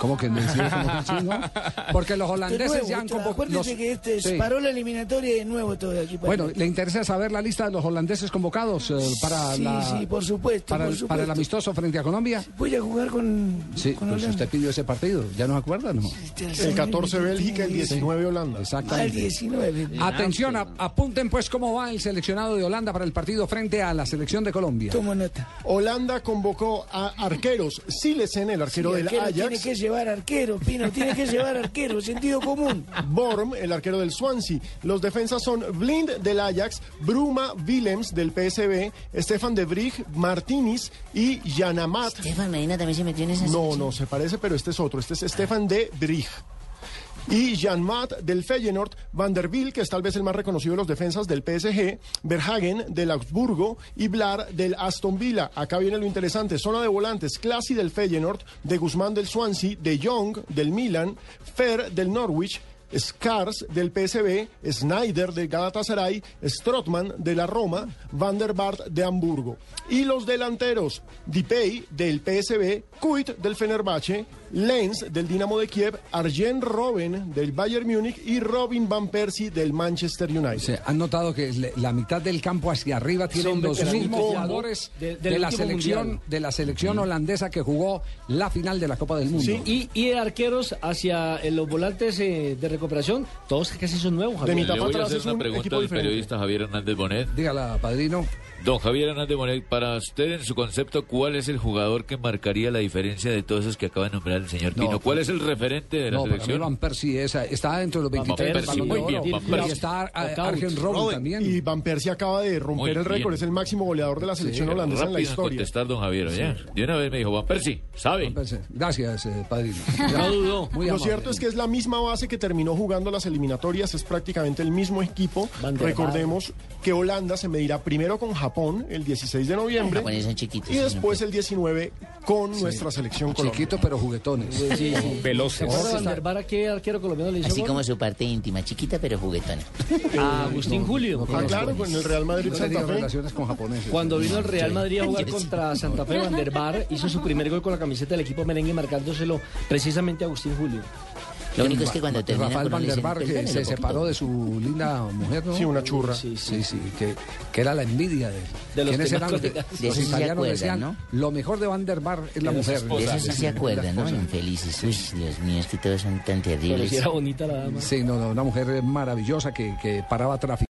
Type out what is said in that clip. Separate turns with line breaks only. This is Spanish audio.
¿Cómo que decimos como que sí, no? Porque los
De
holandeses
nuevo,
ya han
otra.
convocado...
Acuérdense
los-
que este
Sí.
paró la eliminatoria y de nuevo todo aquí. para
Bueno,
el-
¿le interesa saber la lista de los holandeses convocados eh, para,
sí,
la-
sí, por supuesto,
para,
por
el, para el
supuesto.
amistoso frente a Colombia?
Voy a jugar con.
Sí,
con
pues
Holanda.
usted pidió ese partido, ya nos acuerdan, ¿no?
Este, al
El 14
San-
Bélgica, el 19 Holanda.
Al Ah,
Exactamente.
19.
Atención, ap- apunten pues cómo va el seleccionado de Holanda para el partido frente a la selección de Colombia.
Tomo nota.
Holanda convocó a arqueros. Silesen, el arquero
Sí,
del
arquero Tiene
Ajax.
que llevar arquero, Pino, tiene que llevar arquero, sentido común.
Borm, el arquero del Swansea. Los defensas son Blind del Ajax, Bruma Willems del PSB, Stefan de Vrij, Martínez y Yanamat.
Estefan Medina también se metió en esas.
No, no, se parece, pero este es otro. Este es Stefan de Vrij. Y Jan Maat del Feyenoord, Van der Wiel, que es tal vez el más reconocido de los defensas del PSG, Verhagen del Augsburgo y Blar del Aston Villa. Acá viene lo interesante, zona de volantes, Classy del Feyenoord, de Guzmán del Swansea, de Jong del Milan, Fer del Norwich, Skars del PSB, Snyder del Galatasaray, Strotman de la Roma, Van der Vaart de Hamburgo. Y los delanteros, Dipey del PSB, Kuit del Fenerbahce, Lenz del Dinamo de Kiev, Arjen Robben del Bayern Múnich y Robin Van Persie del Manchester United.
Se han notado que le- la mitad del campo hacia arriba tienen
Son
los
veteranos.
mismos
Combo
jugadores de,
de- del
la
último
selección
mundial.
de la selección holandesa que jugó la final de la Copa del Mundo.
Sí.
Y, y de arqueros hacia eh, los volantes eh, de recuperación, todos casi son nuevos.
De
Javier.
mitad
Le
para
voy a
atrás
hacer
es
una
un
pregunta
equipo
al
diferente.
periodista Javier Hernández Bonet.
Dígala, padrino.
Don Javier Hernández Bonet, para usted, en su concepto, ¿cuál es el jugador que marcaría la diferencia de todos esos que acaba de nombrar el señor
No, pues,
Pino? ¿Cuál es el referente de la
No, para mí
selección?
Van Persie esa- está dentro de los 23 del
Persie,
Balón de
muy
Oro.
bien, Van
y
Persie.
está eh,
Knockout.
Arjen Robben
Robben.
también.
Y Van Persie acaba de romper el
bien.
récord, es el máximo goleador de la selección holandesa en
Rápido
la
en
historia.
contestar, don Javier, ¿ya? De una vez me dijo, Juan Percy, ¿sabe?
Van Persie. Gracias, eh, padrino.
No dudó.
Muy
Lo
amable.
cierto es que es la misma base que terminó jugando las eliminatorias, es prácticamente el mismo equipo.
Van der Vaart.
Recordemos que Holanda se medirá primero con Japón el 16 de noviembre
Los japoneses son chiquitos,
y
sí,
después el 19 con nuestra selección Colombia.
Chiquito pero juguetones.
Sí, sí. ¿Se
Veloces.
acuerda de Van der Vaart a qué arquero colombiano le hizo
Así
gol?
como su parte íntima, chiquita pero juguetona.
a Agustín Julio.
Ah, claro, con el Real Madrid
No
Santa
tenía
Fe.
relaciones con japoneses.
Cuando vino el Real Madrid a jugar contra Santa Fe, Van der Vaart hizo su primer gol con la camiseta del equipo merengue, marcándoselo precisamente a Agustín Julio.
Lo único es que cuando termina
Rafael
con
Van
uno
der
dicen,
Bar que
"Perdónelo,
se
poquito".
separó de su linda mujer, ¿no?
Sí, una churra.
Sí, sí.
Sí, sí, que, que era la envidia de él.
De los
¿Quiénes
que no
eran los, que-
colgaban.
los
De eso sí se
italianos
acuerdan,
decían,
¿no?
lo mejor de Van der Bar es la mujer.
De eso sí se acuerdan, ¿no? Infelices. Uy, Dios mío, es que todos son tan
Pero si
terribles.
era bonita la dama.
Sí, no, no, una mujer maravillosa que, que paraba tráfico.